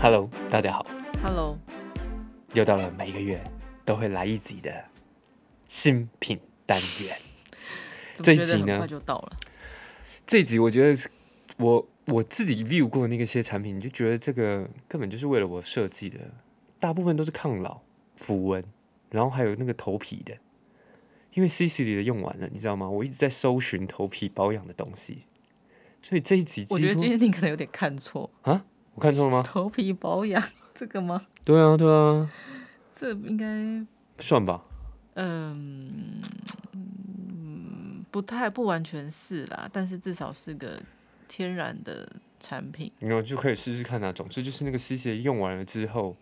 Hello，大家好， Hello，又到了每个月都会来一集的新品单元。怎么这一觉得集很呢快就到了，这一集我觉得是我我自己 view 过那个些产品，你就觉得这个根本就是为了我设计的，大部分都是抗老、符文，然后还有那个头皮的，因为 CC 里的用完了，你知道吗？我一直在搜寻头皮保养的东西，所以这一集几乎我觉得今天你可能有点看错，啊，我看错了吗？头皮 保养这个吗？对啊，对啊，这应该算吧，嗯嗯不太不完全是啦，但是至少是个天然的产品。然后就可以试试看啊。总之就是那个 CC 用完了之后，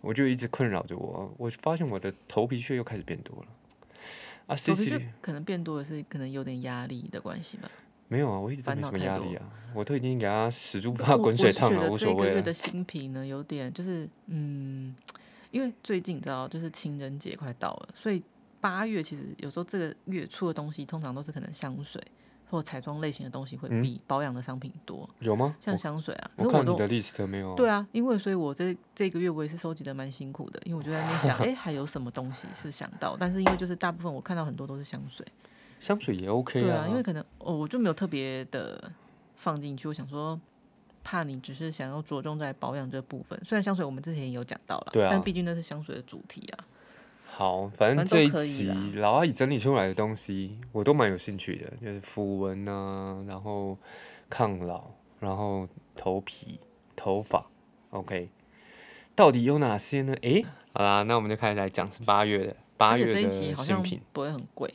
我就一直困扰着我，我发现我的头皮屑又开始变多了。啊头皮，CC 屑可能变多的是可能有点压力的关系吧。没有啊，我一直都烦没恼什么太压多力啊，我都已经给他使出我怕滚水烫啊了，无我是觉所得这个谓月了的。新品呢，有点就是嗯，因为最近你知道，就是情人节快到了，所以八月其实有时候这个月出的东西，通常都是可能香水或彩妆类型的东西会嗯比保养的商品多，有吗？像我香水啊，我可是我看你都。的 list 没有啊。对啊，因为所以，我这这个月我也是收集的蛮辛苦的，因为我就在那边 想，哎、还有什么东西是想到，但是因为就是大部分我看到很多都是香水，香水也 OK 对啊，因为可能哦，我就没有特别的放进去。我想说，怕你只是想要着重在保养这部分。虽然香水我们之前也有讲到了，对啊但毕竟那是香水的主题啊。好，反正反正这一都可以集啦老阿姨整理出来的东西，我都蛮有兴趣的，就是符文啊，然后抗老，然后头皮、头发，OK，到底有哪些呢？诶，好啦，那我们就开始来讲八月的八而且月这的一集好新像品，不会很贵，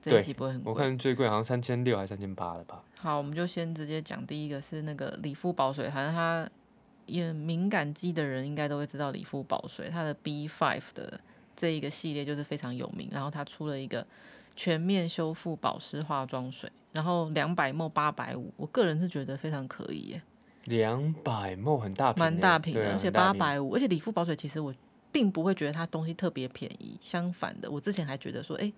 这对一集不会很我贵。看最贵好像三千六还是三千八了吧？好，我们就先直接讲第一个是那个理肤保水含它。也敏感肌的人应该都会知道理肤宝水，它的 B Five 的这一个系列就是非常有名。然后它出了一个全面修复保湿化妆水，然后两百 ml 八百五，我个人是觉得非常可以耶。两百梦很大瓶欸，蛮大瓶对的，啊而且很大八瓶百五，而且理肤保水其实我并不会觉得它东西特别便宜，相反的，我之前还觉得说，哎、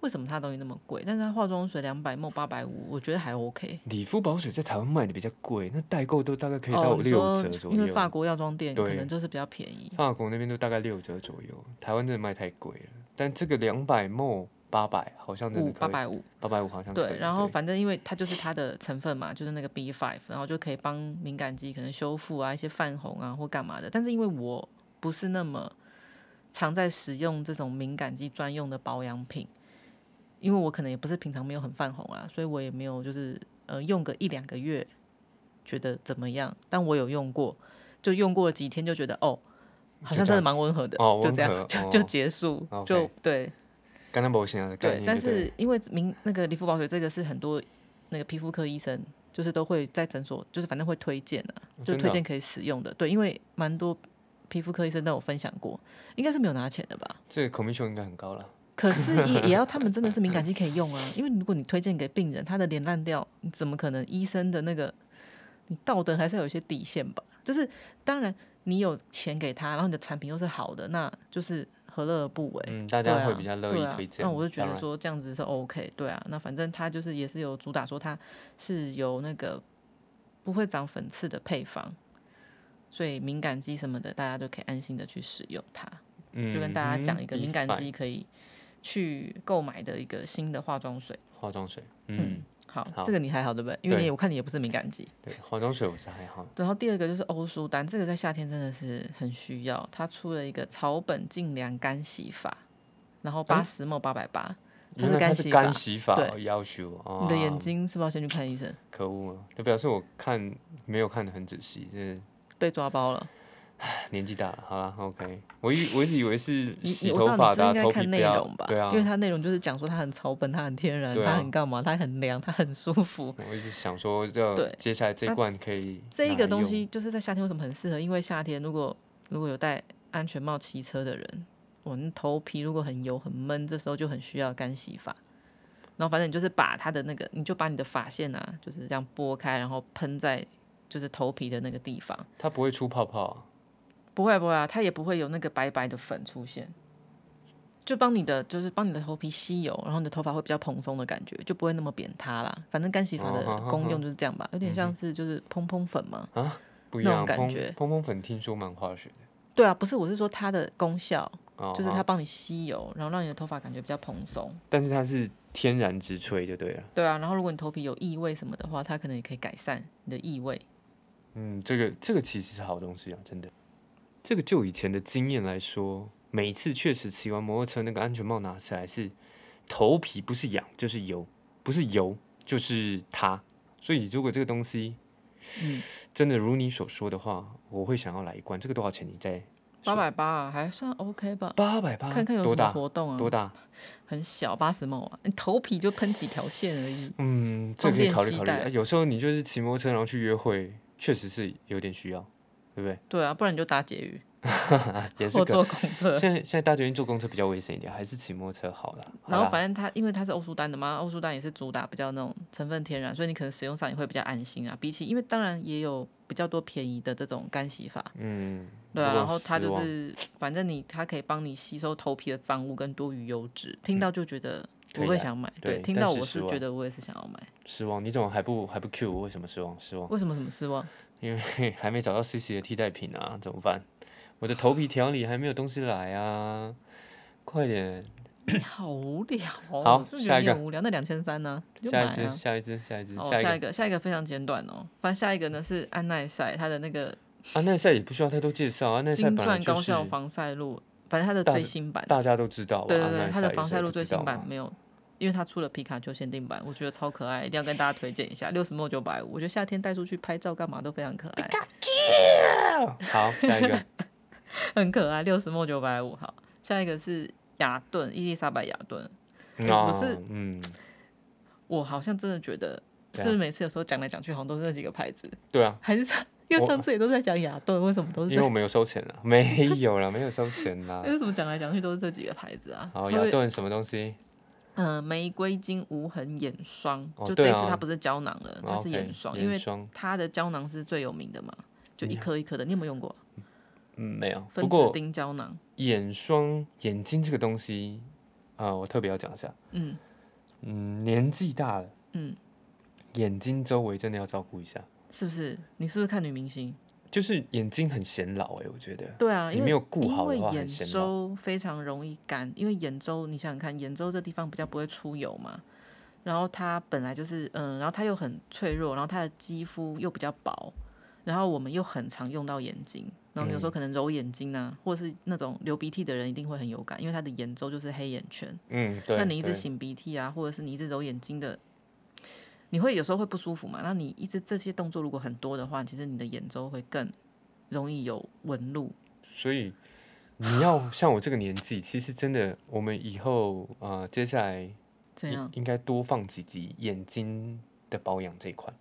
为什么它东西那么贵？但是它化妆水两百 ml 八百五，我觉得还 OK。理肤保水在台湾卖的比较贵，那代购都大概可以到哦，你六说折左因右。为法国药妆店可对能就是比较便宜，法国那边都大概六折左右，台湾真的卖太贵了。但这个两百沫八百好像真五的八可以，百五，八百五好像可以。对，然后反正因为它就是它的成分嘛，就是那个 B five，然后就可以帮敏感肌可能修复啊，一些泛红啊或干嘛的。但是因为我不是那么常在使用这种敏感肌专用的保养品，因为我可能也不是平常没有很泛红啊，所以我也没有就是呃用个一两个月觉得怎么样，但我有用过，就用过几天就觉得哦，好就像这真的蛮温和的，哦就温这样和就、哦就结束， OK 就对。 刚才保险的概对，念但就对了是因为明那个理肤保水这个是很多那个皮肤科医生就是都会在诊所，就是反正会推荐啊，哦就真的推啊荐可以使用的。对，因为蛮多皮肤科医生都有分享过，应该是没有拿钱的吧？这个 commission 应该很高了。可是也也要他们真的是敏感肌可以用啊，因为如果你推荐给病人，他的脸烂掉，你怎么可能？医生的那个你道德还是要有一些底线吧？就是当然你有钱给他，然后你的产品又是好的，那就是何乐而不为？嗯，大对家啊，会比较乐对意啊推荐。那我就觉当得然说这样子是 OK，对啊。那反正它就是也是有主打说它是有那个不会长粉刺的配方，所以敏感肌什么的大家就可以安心的去使用它。嗯就跟大家讲一个嗯敏感 Define 肌可以去购买的一个新的化妆水。化妆水，嗯，，好，好这个你还好对不对？因为对你也我看你也不是敏感肌。对，化妆水我是还好。然后第二个就是欧舒丹，这个在夏天真的是很需要。它出了一个草本净凉干洗法，然后八十 ml 八百八，它原是来它干是洗干法。洗法对哦要求啊！你的眼睛是不是要先去看医生？可恶啊！就表示我看没有看的很仔细，就是被抓包了。年纪大了，好啦 o k 我以我一直以为是你洗你我头知道发你是的啊、应该头皮看不内要容吧？对啊因，为它内容就是讲说它很草本，它很天然，对啊它很干嘛，它很凉，它很舒服。我一直想说，要对接下来这一啊罐可以、这一个东，西就是在夏天为什么很适合？因为夏天如果如果有戴安全帽骑车的人，我那头皮如果很油很闷，这时候就很需要干洗发。然后反正你就是把它的那个，你就把你的发线啊，就是这样拨开，然后喷在就是头皮的那个地方。它不会出泡泡啊、不会不会啊，它也不会有那个白白的粉出现，就帮你的就是帮你的头皮吸油，然后你的头发会比较蓬松的感觉，就不会那么扁塌啦。反正干洗发的哦好好功用就是这样吧，有点像是就是蓬蓬粉嘛。不一那种样。感蓬觉蓬蓬粉听说蛮化学的，对啊，不是，我是说它的功效，哦就是它好帮你吸油，然后让你的头发感觉比较蓬松。但是它是天然植萃就对了。对啊，然后如果你头皮有异味什么的话，它可能也可以改善你的异味。嗯，这个这个其实是好东西啊，真的。这个就以前的经验来说，每一次确实骑完摩托车那个安全帽拿起来是头皮不是痒就是油，不是油就是它。所以如果这个东西，嗯真的如你所说的话，我会想要来一罐。这个多少钱？你再八百八啊，还算 OK 吧？八百八，看看有多什么大？活动多啊？大？很小，八十毛啊，你头皮就喷几条线而已。嗯，这可方以便考虑携考虑。带啊有时候你就是骑摩托车然后去约会，确实是有点需要，对不对？对啊，不然你就搭捷运啊，也是或可。坐公车。现在现在大决定坐公车比较危险一点，还是骑摩托车好了。 然好后啦反正它因为它是欧舒丹的嘛，欧舒丹也是主打比较那种成分天然，所以你可能使用上也会比较安心啊。比起因为当然也有比较多便宜的这种干洗法，嗯，对啊，不过然后它失就望是反正你它可以帮你吸收头皮的脏污跟多余油脂，听到就觉得可我以会啊想买，对对，听但到是我失是觉望得我也是想要买，失望。你怎么还不还不 Q 我？为什么失望？失望，为什么什么失 望？因为还没找到 CC 的替代品啊，怎么办？我的头皮条理还没有东西来啊，快点！你好无聊哦，好我真的觉下得一你个很无聊。那两千三呢，你就下买一只啊，。下一只，下一只，哦，下一下个一个，下一个非常简短哦。反正下一个呢是安耐晒，它的那个安耐晒啊也不需要太多介绍，安耐晒金本来钻就高是效防晒露，反正它的大最的新版，大家都知道啊吧，对对安对，耐晒它的有防谁晒不露最知道新版吗没有，因为它出了皮卡丘限定版，我觉得超可爱，一定要跟大家推荐一下。六十 m 九百五，我觉得夏天带出去拍照干嘛都非常可爱，好，下一 个很可爱。六十 m 九百五，好，下一个是雅顿，伊丽莎白雅顿，嗯我啊是嗯，我好像真的觉得，对是啊不是每次有时候讲来讲去好像都是那几个牌子，对啊，还是上因为我上次也都在讲雅顿，为什么都是因在为我们有收钱了，没有啦，没有收钱 啦。为什么讲来讲去都是这几个牌子啊？好，会不雅会顿什么东西？嗯，玫瑰金无痕眼霜，哦就对这次啊它不是胶囊了，它哦呃是 OK，眼霜，因眼为霜，它的胶囊是最有名的嘛，就一你颗一颗的，你有没有用过嗯，没有。不分子过丁胶囊？眼霜、眼睛这个东西，啊、我特别要讲一下，嗯嗯，年纪大了，嗯，眼睛周围真的要照顾一下，是不是？你是不是看女明星？就是眼睛很显老哎、我觉得，对啊，你因为没有顾好的因为话很眼显老周非常容易干，因为眼周你想想看，眼周这地方比较不会出油嘛，然后它本来就是嗯，然后它又很脆弱，然后它的肌肤又比较薄，然后我们又很常用到眼睛，然后你有嗯时候可能揉眼睛啊，或者是那种流鼻涕的人一定会很有感，因为他的眼周就是黑眼圈，嗯，对。那你一直对擤鼻涕啊，或者是你一直揉眼睛的。你会有时候会不舒服嘛？那你一直这些动作如果很多的话，其实你的眼周会更容易有纹路。所以你要像我这个年纪，其实真的，我们以后啊、呃接下来这应样？应该多放几集眼睛的保养这一块。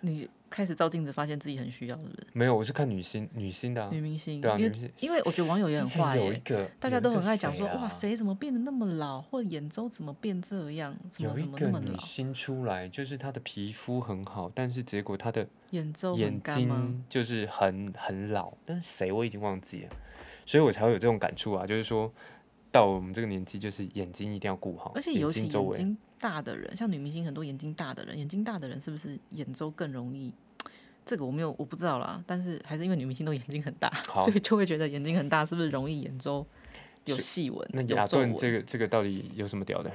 你开始照镜子，发现自己很需要，是不是？没有，我是看女星女星的、啊，女明星，对啊，因女为星。因为我觉得网友也之很前坏耶、有一个，大家都很爱讲有说，一个谁啊哇，谁怎么变得那么老，或眼周怎么变这样，怎么有怎一么个那么女老，星出来，就是她的皮肤很好，但是结果她的眼周很眼干吗？睛就是很很老，但是谁我已经忘记了，所以我才会有这种感触啊，就是说到我们这个年纪，就是眼睛一定要顾好，而且眼尤其睛周眼围睛大的人，像女明星很多眼睛大的人，眼睛大的人是不是眼周更容易？这个我没有我不知道啦，但是还是因为女明星都眼睛很大，好所以就会觉得眼睛很大是不是容易眼周有细纹？那有雅皱顿纹这个这个到底有什么屌的？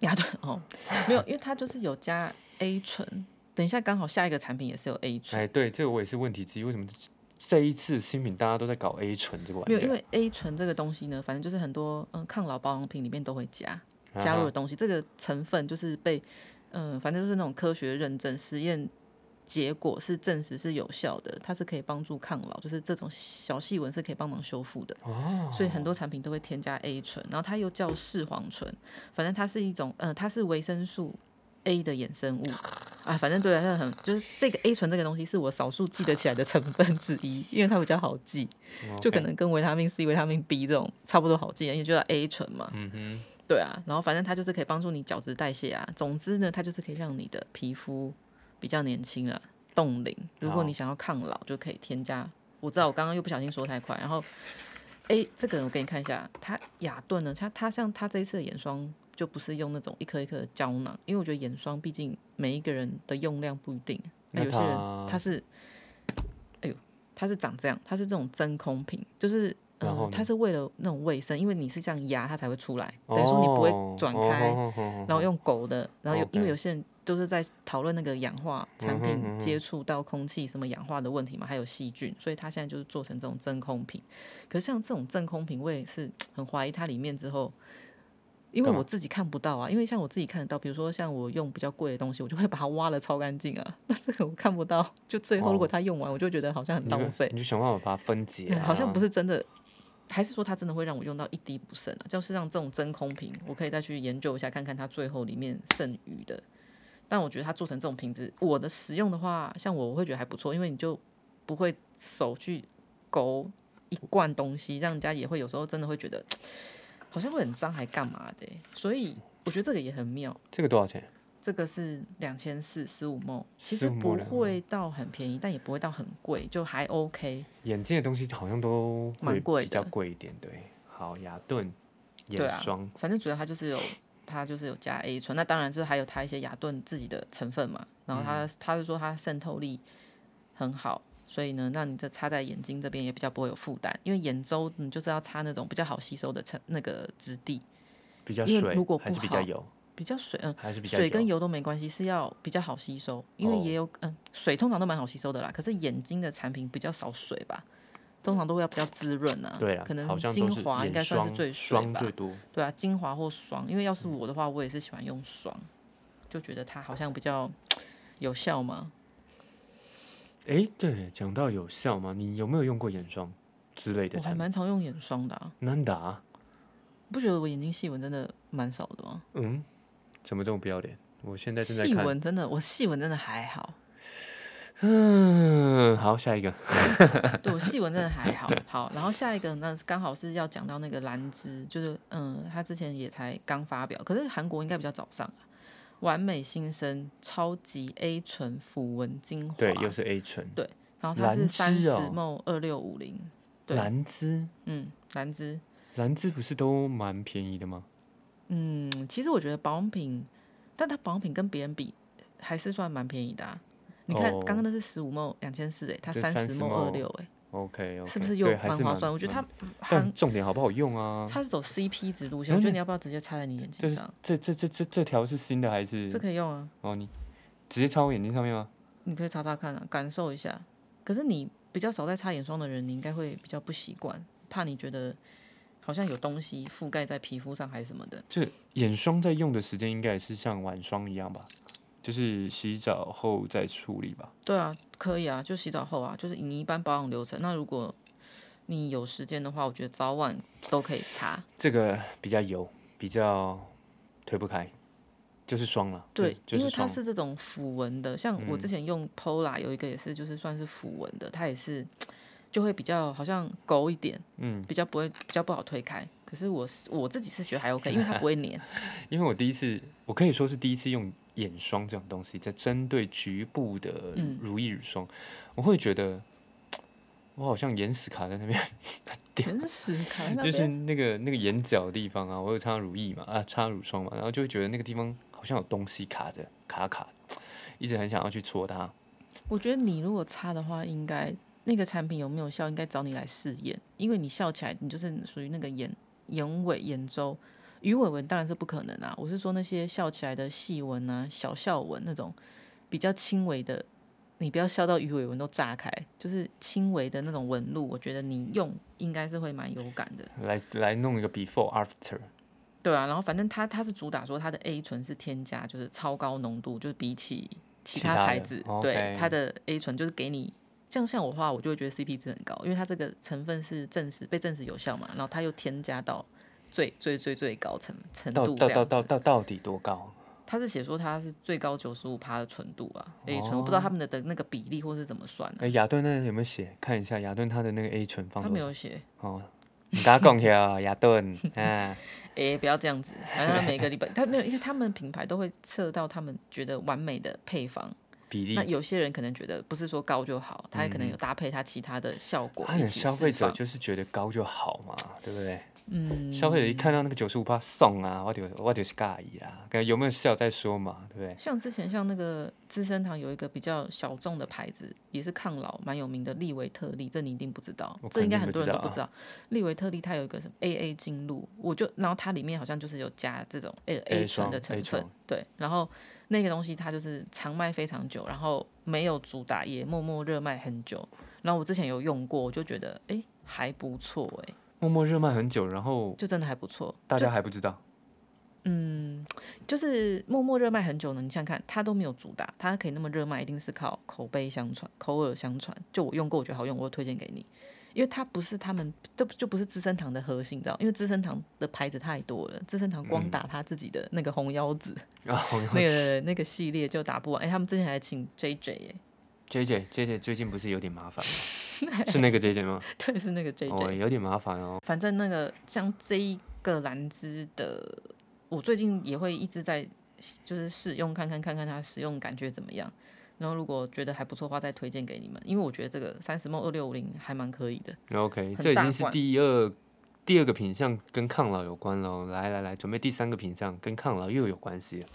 雅顿 哦，没有，因为它就是有加 A 醇。等一下，刚好下一个产品也是有 A 醇，哎，对，这个我也是问题之一，为什么这这一次新品大家都在搞 A 醇这个玩没意有，因儿？为 A 醇这个东西呢，反正就是很多嗯抗老保养品里面都会加啊加入哈的东西，这个成分就是被嗯，反正就是那种科学认证实验结果是证实是有效的，它是可以帮助抗老，就是这种小细纹是可以帮忙修复的。哦，所以很多产品都会添加 A 醇，然后它又叫视黄醇，反正它是一种，呃，它是维生素 A 的衍生物啊，反正对啊，它很就是这个 A 醇这个东西是我少数记得起来的成分之一，因为它比较好记，就可能跟维他命 C、维他命 B 这种差不多好记，因为就叫 A 醇嘛，嗯哼，对啊，然后反正它就是可以帮助你角质代谢啊，总之呢，它就是可以让你的皮肤比较年轻啊，冻龄。如果你想要抗老，就可以添加。我知道我刚刚又不小心说太快，然后，哎，这个我给你看一下，它雅顿呢，它它像它这一次的眼霜就不是用那种一颗一颗的胶囊，因为我觉得眼霜毕竟每一个人的用量不一定，那那有些人它它是哎它是长这样，它是这种真空瓶，就是。然后呢，嗯它是为了那种卫生，因为你是这样压它才会出来，等于说你不会转开，哦哦哦哦哦然后用狗的，然后有因哦 OK 为有些人都是在讨论那个氧化产嗯哼嗯品哼接触到空气什么氧化的问题嘛，还有细菌，所以它现在就是做成这种真空瓶。可是像这种真空瓶，我也是很怀疑它里面之后，因为干嘛我自己看不到啊，因为像我自己看得到，比如说像我用比较贵的东西，我就会把它挖的超干净啊， 那这个我看不到，就最后如果它用完，我就觉得好像很哦你就浪费。你就想办法把它分解、嗯啊，好像不是真的，还是说它真的会让我用到一滴不剩啊？就是让这种真空瓶，我可以再去研究一下，看看它最后里面剩余的。但我觉得它做成这种瓶子，我的使用的话，像我我会觉得还不错，因为你就不会手去勾一罐东西，让人家也会有时候真的会觉得好像会很脏，还干嘛的欸、所以我觉得这个也很妙。这个多少钱？这个是两千四十五毛，其实15不毛两会到很便宜，但也不会到很贵，就还 OK。眼镜的东西好像都会哎蛮贵比较的贵一点，对。好，雅顿对眼啊霜，反正主要它就是有它就是有加 A 醇，那当然就是还有它一些雅顿自己的成分嘛。然后它、嗯它是说它渗透力很好，所以呢，让你这擦在眼睛这边也比较不会有负担，因为眼周你就是要擦那种比较好吸收的成那个质地，比较因为水，如果还是不比较好油，比较水，嗯。哦还是比较水跟油油都没关系，是要比较好吸收，因为哦也有、嗯，水通常都蛮好吸收的啦。可是眼睛的产品比较少水吧，通常都会要比较滋润啊。对啦，可能好像精都是华眼应该算是霜最水霜吧。最多。对啊，精华或霜，因为要是嗯我的话，我也是喜欢用霜，就觉得它好像比较有效嘛。哎，对，讲到有效吗？你有没有用过眼霜之类的我还产品？蛮常用眼霜的、啊，难打，不觉得我眼睛细纹真的蛮少的吗？嗯，怎么这么不要脸？我现在正在细看，纹真的，我细纹真的还好，嗯，好，下一个，对我细纹真的还好。好，然后下一个呢，刚好是要讲到那个兰芝，就是嗯，它之前也才刚发表，可是韩国应该比较早上啊。完美新生超级 A 醇抚纹精华，对，又是 A 醇，然后它是兰三芝十哦 ml 二六五零，对兰芝，嗯，兰芝，兰芝不是都蛮便宜的吗？嗯，其实我觉得保养品，但它保养品跟别人比还是算蛮便宜的、啊。你看哦刚刚那是十五毛两千四，哎，它这三30十毛二六，哎， OK，, o k 是不是又还蛮是划蛮算？我觉得蛮它但韩重点好不好用啊？它是走 CP 值路嗯线，我觉得你要不要直接擦在你眼这睛是上？这这这这这条是新的还是这？可以用啊，哦，你直接插我眼睛上面吗？你可以擦擦看啊，感受一下。可是你比较少在擦眼霜的人，你应该会比较不习惯，怕你觉得好像有东西覆盖在皮肤上还是什么的。这眼霜在用的时间应该也是像晚霜一样吧，就是洗澡后再处理吧。对啊，可以啊，就洗澡后啊，就是你一般保养流程。那如果你有时间的话，我觉得早晚都可以擦。这个比较油，比较推不开，就是霜了。对，就因是嗯为它霜。是这种抚纹的，像我之前用 Pola 有一个也是，就是算是抚纹的，它也是就会比较好像勾一点，嗯，比较不会比较不好推开。可是我是我自己是觉得还 OK，因为它不会 粘。因为我第一次，我可以说是第一次用眼霜这种东西，在针对局部的嗯如意乳霜，我会觉得我好像眼屎卡在那边。天 使开那就是边，那个那个眼角的地方啊，我有擦乳液嘛，啊擦乳霜嘛，然后就会觉得那个地方好像有东西卡着，卡卡的，一直很想要去戳它。我觉得你如果擦的话，应该那个产品有没有效，应该找你来试验，因为你笑起来，你就是属于那个眼眼尾、眼周、鱼尾纹，当然是不可能啊。我是说那些笑起来的细纹啊、小笑纹那种比较轻微的，你不要笑到鱼尾纹都炸开，就是轻微的那种纹路，我觉得你用应该是会蛮有感的。来来弄一个 before after，对啊，然后反正它它是主打说它的 A 醇是添加，就是超高浓度，就是比起其其他的牌子， ，OK 对它的 A 醇就是给你，像像我的话，我就会觉得 CP 值很高，因为它这个成分是证实被证实有效嘛，然后它又添加到最最最最高程程到度到这到样到子。到到底多高？它是写说它是最高九十五帕的纯度啊、a 醇哦我不知道他们的的那个比例或是怎么算的、啊哎，雅顿那有没有写？看一下雅顿它的那个 A 醇他放没多少？有写，哦，你跟他讲一下雅 顿，啊，哎、不要这样子，反正每个礼拜他没有，因为他们品牌都会测到他们觉得完美的配方，比例那有些人可能觉得不是说高就好，他也可能有搭配他其他的效果啊，一你嗯起消费释者放就是觉得高就好嘛，对不对？嗯，消费者一看到那个九十五趴送啊，我就我就是尬意啊，感觉有没有效再说嘛，对不对？像之前像那个资生堂有一个比较小众的牌子，也是抗老蛮有名的利维特利，这你一定不知道我，这应该肯很定多不人都不知啊知道。利维特利它有一个什么 AA 精露，我就然后它里面好像就是有加这种 A A 醇的霜，A 成分醇，对，然后那个东西它就是长卖非常久，然后没有主打也默默热卖很久。然后我之前有用过，我就觉得诶还不错诶，默默热卖很久，然后就真的还不错。大家还不知道，就是默默热卖很久呢，你想想看，它都没有主打，它可以那么热卖，一定是靠口碑相传、口耳相传。就我用过，我觉得好用，我会推荐给你，因为它不是他们，这不就不是资生堂的核心，你知道？因为资生堂的牌子太多了，资生堂光打他自己的那个红腰子、然后 那个那个系列就打不完。哎、他们之前还请 J J 哎、 J J J J 最近不是有点麻烦 吗？是那个 J J 吗？对，是那个 J J。哦，有点麻烦哦。反正那个像这一个兰芝的，我最近也会一直在就是试用看看看看它使用感觉怎么样，然后如果觉得还不错的话再推荐给你们，因为我觉得这个三十梦二六五零还蛮可以的。 OK，很这已大经是罐第二第二个品相跟抗老有关了哦。来来来，准备第三个品相跟抗老又有关系了，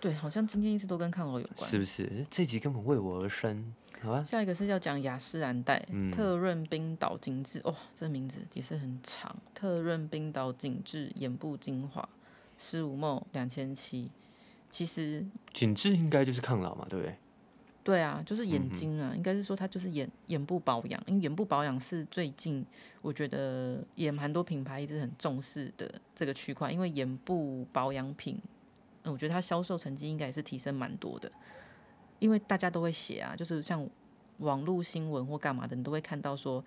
对，好像今天一直都跟抗老有关。是不是？这集根本为我而生，好吧？下一个是要讲雅诗兰黛、嗯特润冰岛紧致，哇、这名字也是很长。特润冰岛紧致眼部精华，十五梦两千七。其实紧致应该就是抗老嘛，对不对？对啊，就是眼睛啊，应该是说它就是眼眼部保养，因为眼部保养是最近我觉得也蛮多品牌一直很重视的这个区块，因为眼部保养品，嗯，我觉得它销售成绩应该也是提升蛮多的，因为大家都会写啊，就是像网络新闻或干嘛的，你都会看到说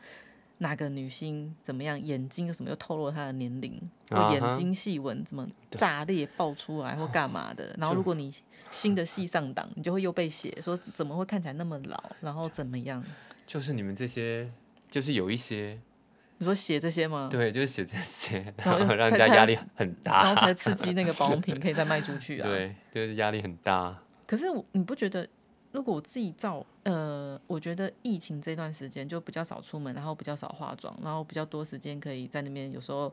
哪个女星怎么样，眼睛有什么又透露了她的年龄，啊或哈眼睛细纹怎么炸裂爆出来或干嘛啊的，然后如果你新的戏上档，你就会又被写说怎么会看起来那么老，然后怎么样？就是你们这些，就是有一些，你说写这些吗？对，就是写这些，然后然后嗯就让人猜家猜压力很然大，后才刺激那个保养品可以再卖出去啊 啊。。对，就是压力很大。可是我你不觉得，如果我自己照，呃，我觉得疫情这段时间就比较少出门，然后比较少化妆，然后比较多时间可以在那边，有时候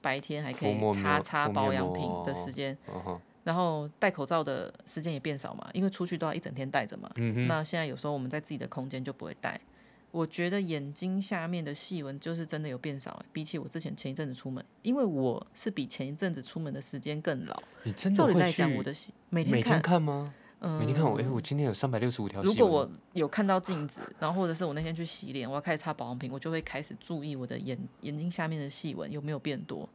白天还可敷面以擦膜擦敷保面养膜品的时间，哦吼，然后戴口罩的时间也变少嘛，因为出去都要一整天戴着嘛。嗯哼，那现在有时候我们在自己的空间就不会戴。我觉得眼睛下面的细纹就是真的有变少、比起我之前前一阵子出门，因为我是比前一阵子出门的时间更老。你真的照理会来去讲，我的细每天每看天，看吗？嗯，每天看我，哎，我今天有三百六十五条细如纹。果我有看到镜子，然后或者是我那天去洗脸，我要开始擦保养品，我就会开始注意我的眼眼睛下面的细纹有没有变多。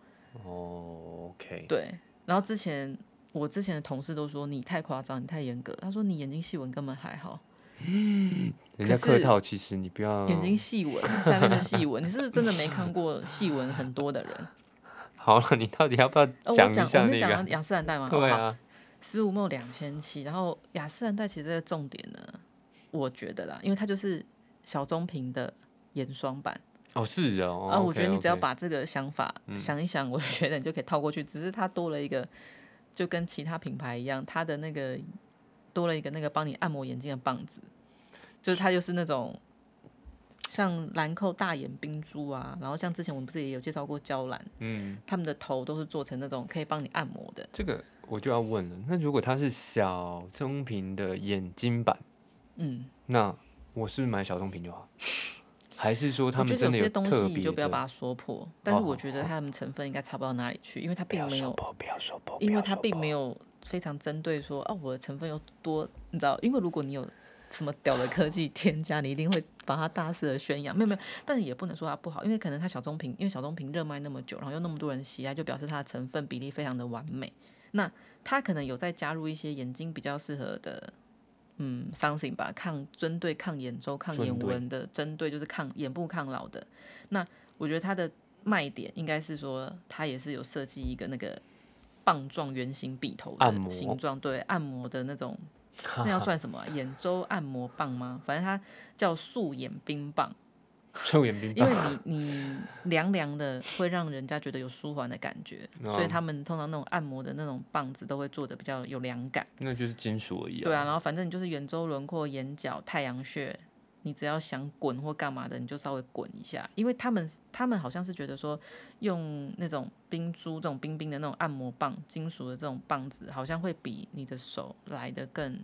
哦，OK，对，然后之前我之前的同事都说你太夸张，你太严格。他说你眼睛细纹根本还好，人家可客是套，其实你不要眼睛细纹下面的细纹，你是不是真的没看过细纹很多的人？ 好了，你 到底要不要呃，讲我一讲下我那没讲 个到？雅诗兰黛吗？对啊，十五梦两千七，然后雅诗兰黛其实这个重点呢，我觉得啦，因为它就是小棕瓶的眼霜版。哦是哦，啊，我 OK，觉得你只要 OK 嗯把这个想法想一想，我觉得你就可以套过去。只是它多了一个，就跟其他品牌一样，它的那个多了一个那个帮你按摩眼睛的棒子，就是它就是那种像兰蔻大眼冰珠啊，然后像之前我们不是也有介绍过娇兰，嗯，他们的头都是做成那种可以帮你按摩的。这个我就要问了，那如果它是小棕瓶的眼睛版，嗯，那我是不是买小棕瓶就好？ 还是说他我们觉得真的有些东西特你别就不要的？把它说破，但是哦我觉得它们成分应该差不到哪里去，因为它不并要没有说破，不要说破，不因为要它说并破没有非常针对说，哦，我的成分有多，你知道？因为如果你有什么屌的科技添加，你一定会把它大肆的宣扬。没有没有，但是也不能说它不好，因为可能它小棕瓶，因为小棕瓶热卖那么久，然后又那么多人喜爱，就表示它的成分比例非常的完美。那它可能有再加入一些眼睛比较适合的，嗯，something 吧，抗针对抗眼周、抗针眼对纹的，针对就是抗眼部抗老的。那我觉得它的卖点应该是说，它也是有设计一个那个棒状圆形笔头按的摩形状，对，按摩的 那种， 那要算什么啊、眼周按摩棒吗？反正它叫素眼冰棒。臭眼冰因为棒，你你凉凉的，会让人家觉得有舒缓的感觉，哦所以他们通常那种按摩的那种棒子都会做的比较有凉感。那就是金属而已、对啊，然后反正你就是圆周轮廓、眼角、太阳穴，你只要想滚或干嘛的，你就稍微滚一下，因为他们他们好像是觉得说，用那种冰珠、这种冰冰的那种按摩棒、金属的这种棒子，好像会比你的手来的更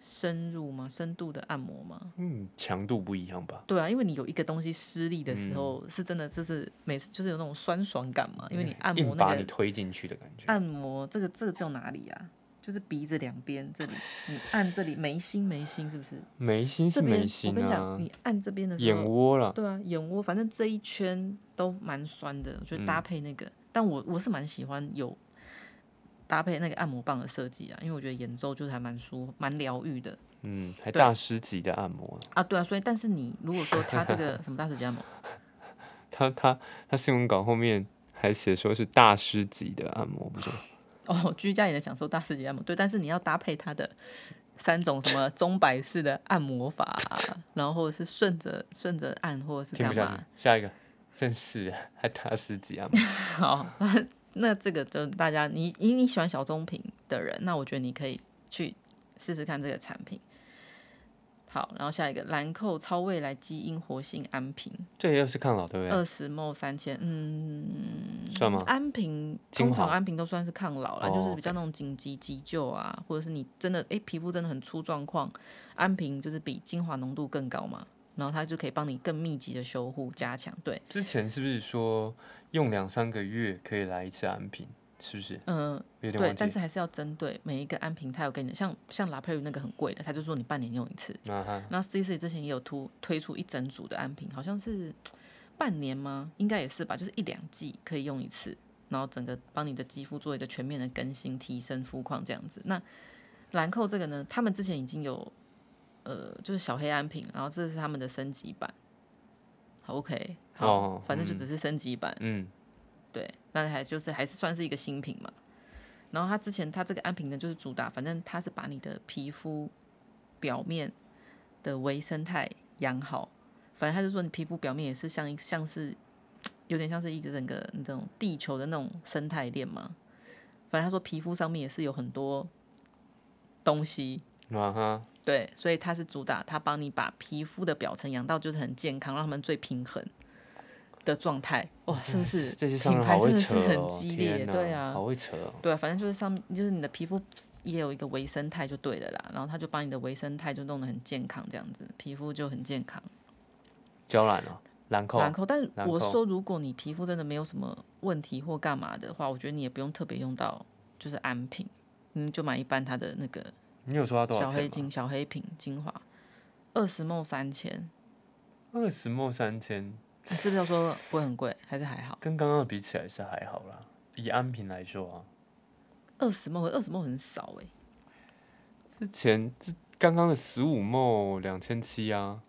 深入吗？深度的按摩吗？嗯，强度不一样吧？对啊，因为你有一个东西施力的嗯时候，是真的就是每次就是有那种酸爽感啊嘛，因为你按嗯摩硬那把个你推进去的感觉，按摩这个这个叫哪里啊？就是鼻子两边这里，你按这里眉心眉心是不是？眉心是这边眉我心跟你啊讲，，你按这边的时眼候，窝啦，对啊，眼窝，反正这一圈都蛮酸的，我嗯觉得搭配那个，但我我是蛮喜欢有搭配那个按摩棒的设计啊，因为我觉得眼周就是还蛮舒蛮疗愈的嗯，还对大师级的按摩。啊，对啊，所以但是你如果说它 这个什么大手按摩，他他他新闻稿后面还写说是大师级的按摩，不是吗？ 哦，居家也能享受大师级按摩，对，但是你要搭配它的三种什么 钟摆式的按摩法啊、然后或者是顺着顺着按，或者是听不干下嘛去？，下一个，真是还大师级按摩。好，那这个就大家，你你你喜欢小棕瓶的人，那我觉得你可以去试试看这个产品。好，然后下一个兰蔻超未来基因活性安瓶，这又是抗老对不二十 ml 三千，嗯，对？算吗？安瓶精通常华安瓶都算是抗老啦，哦就是比较那种紧急急救啊，或者是你真的哎、诶皮肤真的很出状况，安瓶就是比精华浓度更高嘛，然后它就可以帮你更密集的修护加强。对，之前是不是说用两三个月可以来一次安瓶？是不是？嗯、有点对，忘记但。是还是要针对每一个安瓶，它有给你的，像像拉佩鲁那个很贵的，它就说你半年用一次。啊哈，那 C C 之前也有突推出一整组的安瓶，好像是半年吗？应该也是吧，就是一两季可以用一次，然后整个帮你的肌肤做一个全面的更新，提升肤况这样子。那兰蔻这个呢，他们之前已经有呃，就是小黑安瓶，然后这是他们的升级版。好，OK，好，哦反正就只是升级版。嗯，对，那还就是还是算是一个新品嘛。然后它之前它这个安瓶呢，就是主打，反正它是把你的皮肤表面的微生态养好，反正它就说你皮肤表面也是像一像是有点像是一个整个那种地球的那种生态链嘛。反正他说皮肤上面也是有很多东西，啊哈，对，所以它是主打，它帮你把皮肤的表层养到就是很健康，让他们最平衡的状态。哇，是不是？这些商品人牌好真会的扯是很哦，激烈，天哪对啊，好会扯哦。对啊，反正就是上面就是你的皮肤也有一个微生态就对了啦，然后它就把你的微生态就弄得很健康，这样子皮肤就很健康。娇兰哦，兰蔻兰蔻，但兰我蔻说如果你皮肤真的没有什么问题或干嘛的话，我觉得你也不用特别用到就是安瓶，你就买一般它的那个你有说它多少小钱黑吗？精、小黑瓶精华，二十梦三千。二十末三千，你是不是要说不会很贵，还是还好？跟刚刚的比起来是还好啦。以安瓶来说啊，二十梦，二十梦很少哎、之前这刚刚的十五末两千七啊，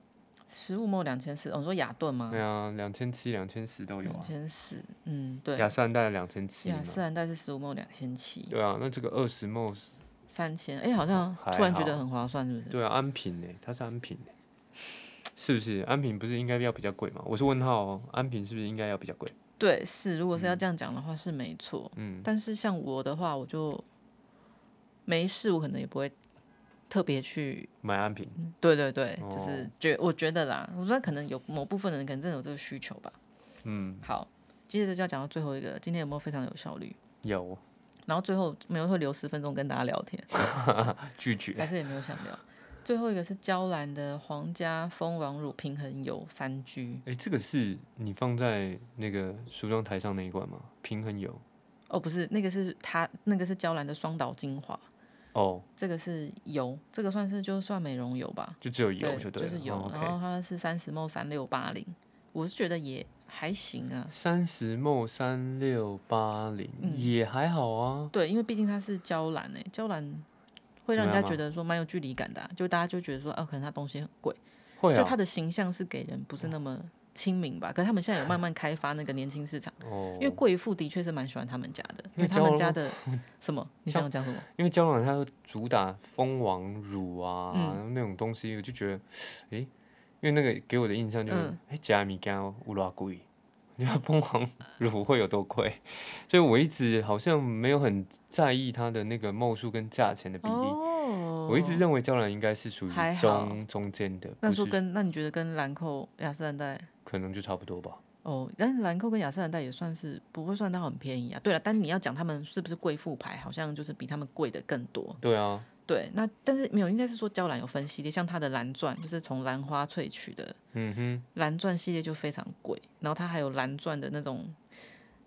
十五梦两千四，哦，你说雅顿吗？对啊，两千七、两千十都有两啊。千四，嗯，对，雅诗兰黛两千七嘛雅，诗兰黛是十五梦两千七，对啊，那这个二十 ml，是三千，哎，好像还突然觉得好很划算，是不是？对啊，安瓶呢、它是安瓶呢、是不是？安瓶不是应该要比较贵吗？我是问号哦，安瓶是不是应该要比较贵？对，是，如果是要这样讲的话，是没错。嗯，但是像我的话，我就没事，我可能也不会特别去买安瓶，对对对，哦就是觉我觉得啦，我觉得可能有某部分人可能真的有这个需求吧。嗯，好，接着就要讲到最后一个，今天有没有非常有效率？有然后最后没有会留十分钟跟大家聊天，拒绝还是也没有想聊。最后一个是娇兰的皇家蜂王乳平衡油三 G，哎、这个是你放在那个梳妆台上那一罐吗？平衡油哦不是，那个是它那个是娇兰的双岛精华，哦，这个是油，这个算是就算美容油吧，就只有油对，对了。是油，哦、然 OK，后它是三十 ml 三六八零，我是觉得也还行啊，三十 ml 三六八零嗯也还好啊。对，因为毕竟它是娇兰诶，娇兰会让怎么人样家吗觉得说蛮有距离感的啊、就大家就觉得说，哦、可能它东西很贵，会就啊，它的形象是给人不是那么亲民吧。可是他们现在有慢慢开发那个年轻市场， 哦，因为贵妇的确是蛮喜欢他们家的，因因为为他们娇家 的什么？你想要讲什么？因为胶囊它主打蜂王乳啊、嗯那种东西，我就觉得，诶，因为那个给我的印象就是嗯，哎、加米干乌拉贵， 你要蜂王乳会有多贵？所以我一直好像没有很在意它的那个帽数跟价钱的比例。哦，我一直认为娇兰应该是属于还好中中间的，那不说是跟那你觉得跟兰蔻、雅诗兰黛可能就差不多吧。哦，但是兰蔻跟雅诗兰黛也算是不会算到很便宜啊。对了，但你要讲他们是不是贵妇牌，好像就是比他们贵的更多。对啊，对，那但是没有，应该是说娇兰有分系列，像它的蓝钻就是从兰花萃取的嗯哼，蓝钻系列就非常贵，然后它还有蓝钻的那种，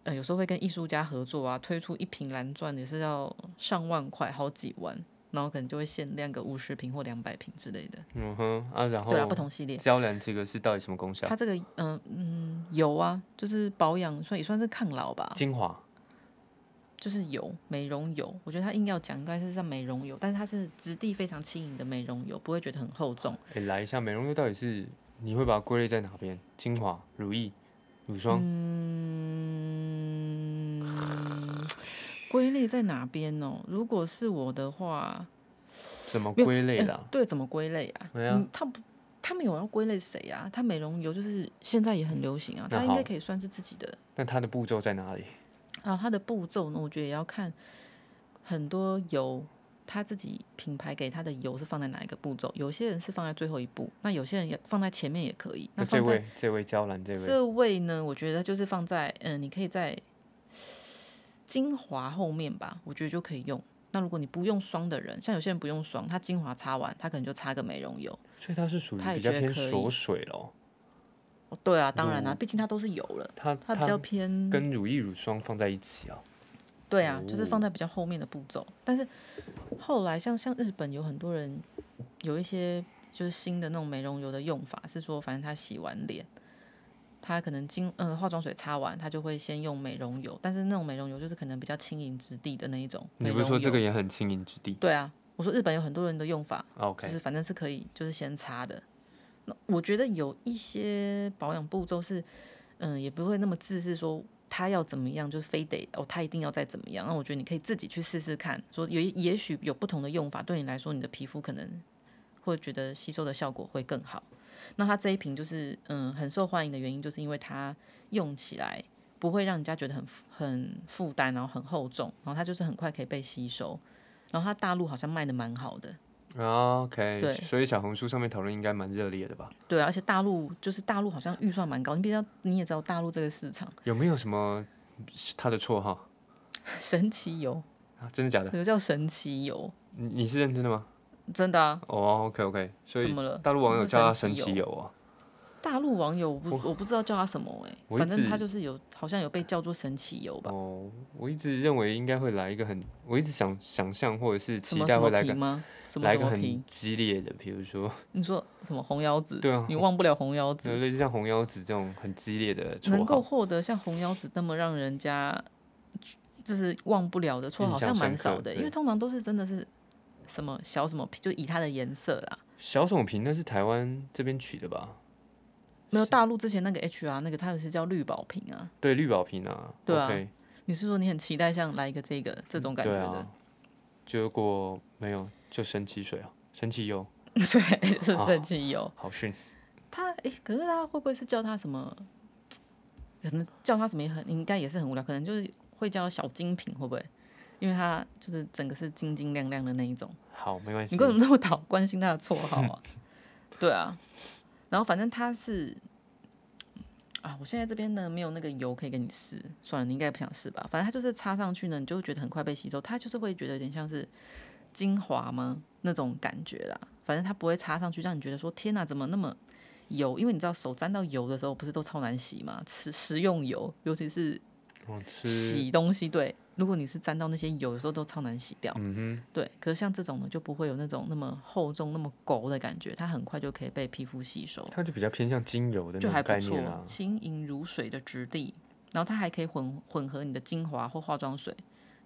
呃，有时候会跟艺术家合作啊，推出一瓶蓝钻也是要上万块，好几万，然后可能就会限量个五十瓶或两百瓶之类的。嗯哼啊，然对啦，不后同系列，娇兰这个是到底什么功效？它这个嗯嗯油啊，就是保养算也算是抗老吧，精华就是油美容油，我觉得它硬要讲应该是像美容油，但是它是质地非常轻盈的美容油，不会觉得很厚重。哎、来一下，美容油到底是你会把它归类在哪边？精华、乳液、乳霜，嗯归类在哪边哦？如果是我的话，怎么归类哎啦？对，怎么归类啊？对啊嗯，它不，它没有要归类谁啊？它美容油就是现在也很流行啊，那它应好该可以算是自己的那它的步骤在哪里？啊。它的步骤呢，我觉得也要看很多油，它自己品牌给它的油是放在哪一个步骤。有些人是放在最后一步，那有些人也放在前面也可以。那那这放在位，这位娇兰，这位，这位呢，我觉得就是放在嗯、呃你可以在呃精华后面吧，我觉得就可以用。那如果你不用霜的人，像有些人不用霜，他精华擦完，他可能就擦个美容油。所以它是属于它也比较觉得偏可以锁水咯。哦，对啊，当然啦、毕竟它都是油了，它它比较偏跟乳液、乳霜放在一起啊。对啊，就是放在比较后面的步骤。但是后来像像日本有很多人有一些就是新的那种美容油的用法是说，反正他洗完脸，他可能精嗯、化妆水擦完，他就会先用美容油，但是那种美容油就是可能比较轻盈质地的那一种你美容不油。是说这个也很轻盈之地对啊，我说日本有很多人的用法，就？OK，是反正是可以，就是先擦的。那我觉得有一些保养步骤是，嗯，也不会那么自私说他要怎么样，就是非得哦，他一定要再怎么样。那我觉得你可以自己去试试看，说有也许有不同的用法，对你来说，你的皮肤可能会觉得吸收的效果会更好。那它这一瓶就是，嗯，很受欢迎的原因，就是因为它用起来不会让人家觉得很很负担，然后很厚重，然后它就是很快可以被吸收。然后它大陆好像卖的蛮好的，啊，OK，对所以小红书上面讨论应该蛮热烈的吧？对啊，而且大陆就是大陆好像预算蛮高，你比较你也知道大陆这个市场有没有什么它的绰号 神奇油，啊？真的假的？有叫神奇油，你你是认真的吗？真的啊？哦，OK，OK、o k OK，所怎以么了？大陆网友什么叫它神神奇奇油，友啊。大陆网友我不我不知道叫它什么哎、我一反正直它就是有好像有被叫做神奇油吧？哦，我一直认为应该会来一个很，我一直想想象或者是什期么待什会么来瓶个吗？什么来一什个么瓶？很激烈的，比如说你说什么红腰子？对啊你忘不了红 腰子。对类似像红腰子这种很激烈的能绰够号，获得像红腰子那么让人家就是忘不了的绰号，好印象像蛮深刻少的、对因为通常都是真的是什么小什么瓶，就以它的颜色啦。小种瓶那是台湾这边取的吧？没有大陆之前那个 HR 那个，它也是叫绿宝瓶啊。对，绿宝瓶啊，对啊 OK，你是说你很期待像来一个这个这种感觉对的？啊，结果没有，就神奇水啊，神奇油， 对,、就是哦神奇油。好逊，它诶，可是它会不会是叫它什么？可能叫它什么也很应该也是很无聊，可能就是会叫小精品，会不会？因为它就是整个是晶晶亮亮的那一种。好，没关系你为，什么那么讨关心他的绰 号啊？对啊，然后反正他是啊，我现在这边呢没有那个油可以给你试，算了，你应该也不想试吧。反正它就是擦上去呢，你就会觉得很快被吸收，它就是会觉得有点像是精华吗那种感觉啦。反正它不会擦上去让你觉得说天哪、怎么那么油？因为你知道手沾到油的时候不是都超难洗吗？吃食用油，尤其是我吃，洗东西，对，如果你是沾到那些油，有时候都超难洗掉。嗯对，可是像这种呢，就不会有那种那么厚重、那么勾的感觉，它很快就可以被皮肤吸收哼，，它就比较偏向精油的就那还种不概错念，啊，轻盈如水的质地。然后它还可以混混合你的精华或化妆水，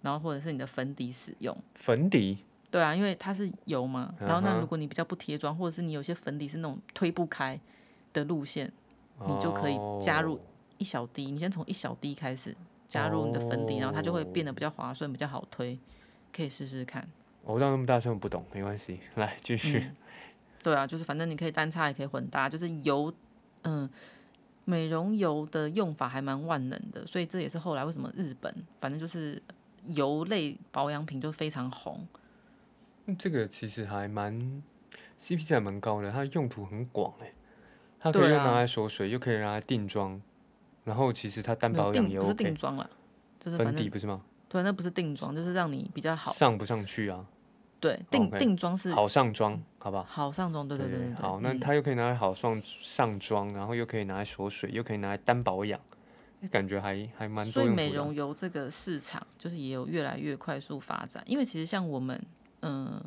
然后或者是你的粉底使用。粉底对啊，因为它是油嘛。然后嗯那哼如果你比较不贴妆，或者是你有些粉底是那种推不开的路线，你就可以加入哦一小滴，你先从一小滴开始加入你的粉底，然后它哦就会变得比较滑顺、比较好推，可以试试看。我到那么大声我不懂，没关系，来继续。对啊，就是反正你可以单擦也可以混搭，就是油，嗯、美容油的用法还蛮万能的，所以这也是后来为什么日本反正就是油类保养品就非常红。嗯这个其实还蛮 CP 值还蛮高的，它用途很广哎、它可以对用啊拿来锁水，又可以拿来定妆，然后其实它单没保有养定也不是 OK，定妆啦，就是反粉正底不是吗？对，那不是定妆，就是让你比较好。上不上去啊？对，定 OK 定妆是好上妆，好吧？好上妆，对对对对对。嗯好，那它又可以拿来好上上妆，然后又可以拿来锁水，又可以拿来单保养，感觉还还蛮所多以用美途的啊。容油这个市场就是也有越来越快速发展，因为其实像我们，嗯、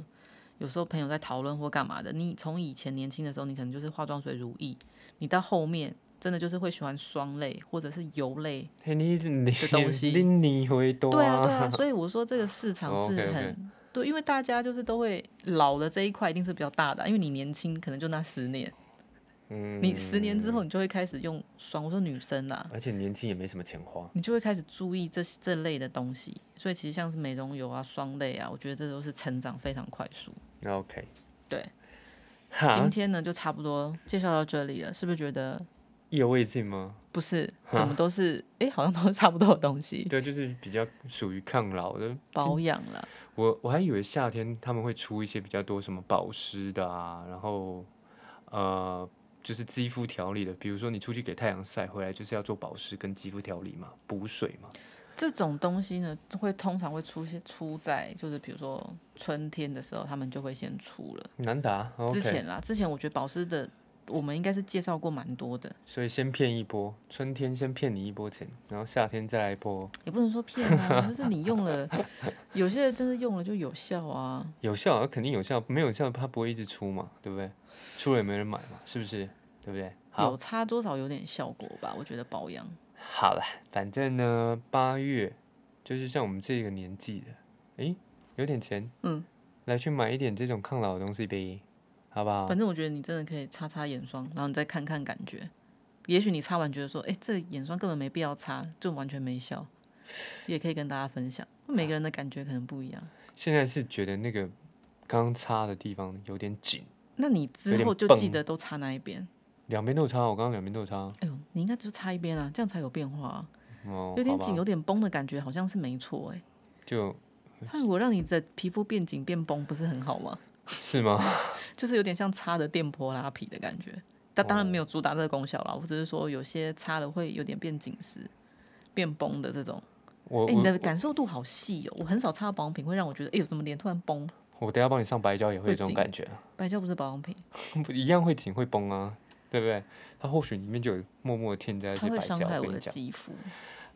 有时候朋友在讨论或干嘛的，你从以前年轻的时候，你可能就是化妆水、乳液，你到后面真的就是会喜欢霜类或者是油类，嘿，你你这东西你你回多对啊 对啊，所以我说这个市场哦是，OK，OK 很、对，因为大家就是都会老的这一块一定是比较大的啊，因为你年轻可能就那十年，嗯，你十年之后你就会开始用霜，我说女生啊啦，而且年轻也没什么钱花，你就会开始注意这这类的东西。所以其实像是美容油啊、霜类啊，我觉得这都是成长非常快速。那 OK，对，今哈，天呢就差不多介绍到这里了，是不是觉得意犹未尽吗？不是怎么都是哎、诶好像都是差不多的东西对，就是比较属于抗老的。保养了。我我还以为夏天他们会出一些比较多什么保湿的啊，然后呃，就是肌肤调理的，比如说你出去给太阳晒，回来就是要做保湿跟肌肤调理嘛，补水嘛。这种东西呢，会通常会出现出在就是比如说春天的时候，他们就会先出了。难答之，OK，前啦，之前我觉得保湿的，我们应该是介绍过蛮多的，所以先骗一波，春天先骗你一波钱，然后夏天再来一波，也不能说骗啊，就是你用了，有些人真的用了就有效啊。有效啊肯定有效，没有效它不会一直出嘛，对不对？出了也没人买嘛，是不是？对不对？好。有差多少有点效果吧，我觉得保养。好了，反正呢，八月就是像我们这个年纪的，诶，有点钱，嗯，来去买一点这种抗老的东西呗，好不好？反正我觉得你真的可以擦擦眼霜，然后你再看看感觉。也许你擦完觉得说，哎、这眼霜根本没必要擦，就完全没效，也可以跟大家分享。每个人的感觉可能不一样。现在是觉得那个刚擦的地方有点紧，那你有之点后就蹦记得都擦那一边。两边都有擦，我刚刚两边都有擦，哎呦，你应该只擦一边啊，这样才有变化、啊。哦，有点好吧紧，，有点绷的感觉，好像是没错哎、就它如果让你的皮肤变紧变绷，不是很好吗？是吗？就是有点像擦的电波拉皮的感觉。但当然哦没有主打这个功效啦，我只是说有些擦了会有点变紧实、变崩的这种。我哎、你我的感受度好细哦、我很少擦保养品会让我觉得，哎、呦，怎么脸突然崩？我等一下帮你上白胶也会有这种会紧感觉啊， 白胶不是保养品，不一样会紧会崩啊，对不对？它或许里面就有默默添加一它些会白伤胶，害我我跟你的讲。肌 肤。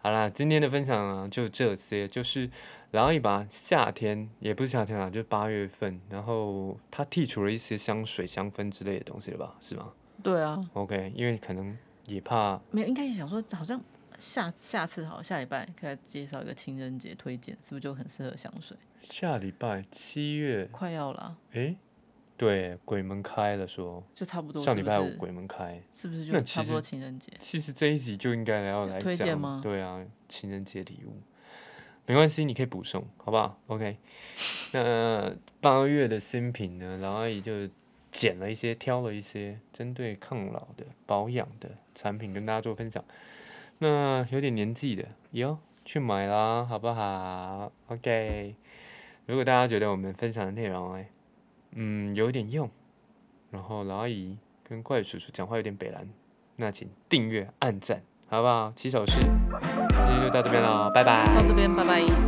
好啦，今天的分享啊就这些，就是聊一把夏天，也不是夏天啦，就是八月份，然后它剔除了一些香水、香氛之类的东西了吧，是吗对啊， ？OK，因为可能也怕没有，应该也想说，好像下下次好，下礼拜可以来介绍一个情人节推荐，是不是就很适合香水？下礼拜七月，快要啦，诶，对，鬼门开了说，就差不多上是礼不拜五是？鬼门开，是不是那就其差不多实情人节？其实这一集就应该要来推荐讲吗对啊，情人节礼物，没关系，你可以补送，好不好？OK，那八月的新品呢，老阿姨就捡了一些，挑了一些针对抗老的保养的产品跟大家做分享。那有点年纪的，有去买啦，好不好？OK，如果大家觉得我们分享的内容哎，嗯，有一点用，然后老阿姨跟怪叔叔讲话有点北蓝。那请订阅、按赞，好不好？起手式，今天就到这边喽，拜拜。到这边，拜拜。